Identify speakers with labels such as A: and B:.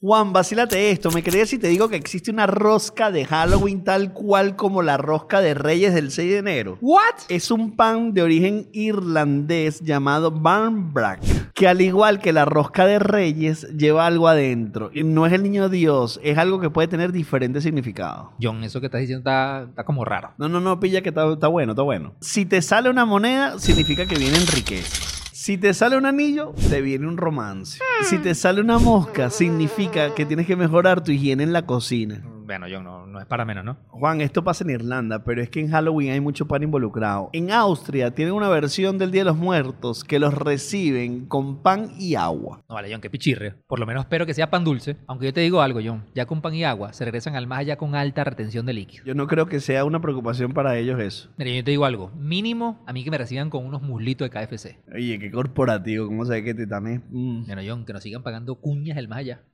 A: Juan, vacílate esto. ¿Me crees si te digo que existe una rosca de Halloween tal cual como la rosca de Reyes del 6 de enero?
B: ¿What?
A: Es un pan de origen irlandés llamado barnbrack, que al igual que la rosca de Reyes lleva algo adentro. Y No es el niño Dios, es algo que puede tener diferentes significados.
B: John, eso que estás diciendo está, está como raro.
A: No, no, no, pilla que está, está bueno, está bueno. Si te sale una moneda, significa que vienen riquezas. Si te sale un anillo, te viene un romance. Si te sale una mosca, significa que tienes que mejorar tu higiene en la cocina.
B: Bueno, John, no, no es para menos, ¿no?
A: Juan, esto pasa en Irlanda, pero es que en Halloween hay mucho pan involucrado. En Austria tienen una versión del Día de los Muertos que los reciben con pan y agua.
B: No vale, John, qué pichirre. Por lo menos espero que sea pan dulce. Aunque yo te digo algo, John. Ya con pan y agua se regresan al más allá con alta retención de líquido.
A: Yo no creo que sea una preocupación para ellos eso.
B: Mira, yo te digo algo. Mínimo a mí que me reciban con unos muslitos de KFC.
A: Oye, qué corporativo, ¿cómo sabes que te es? Mm.
B: Bueno, John, que nos sigan pagando cuñas el más allá.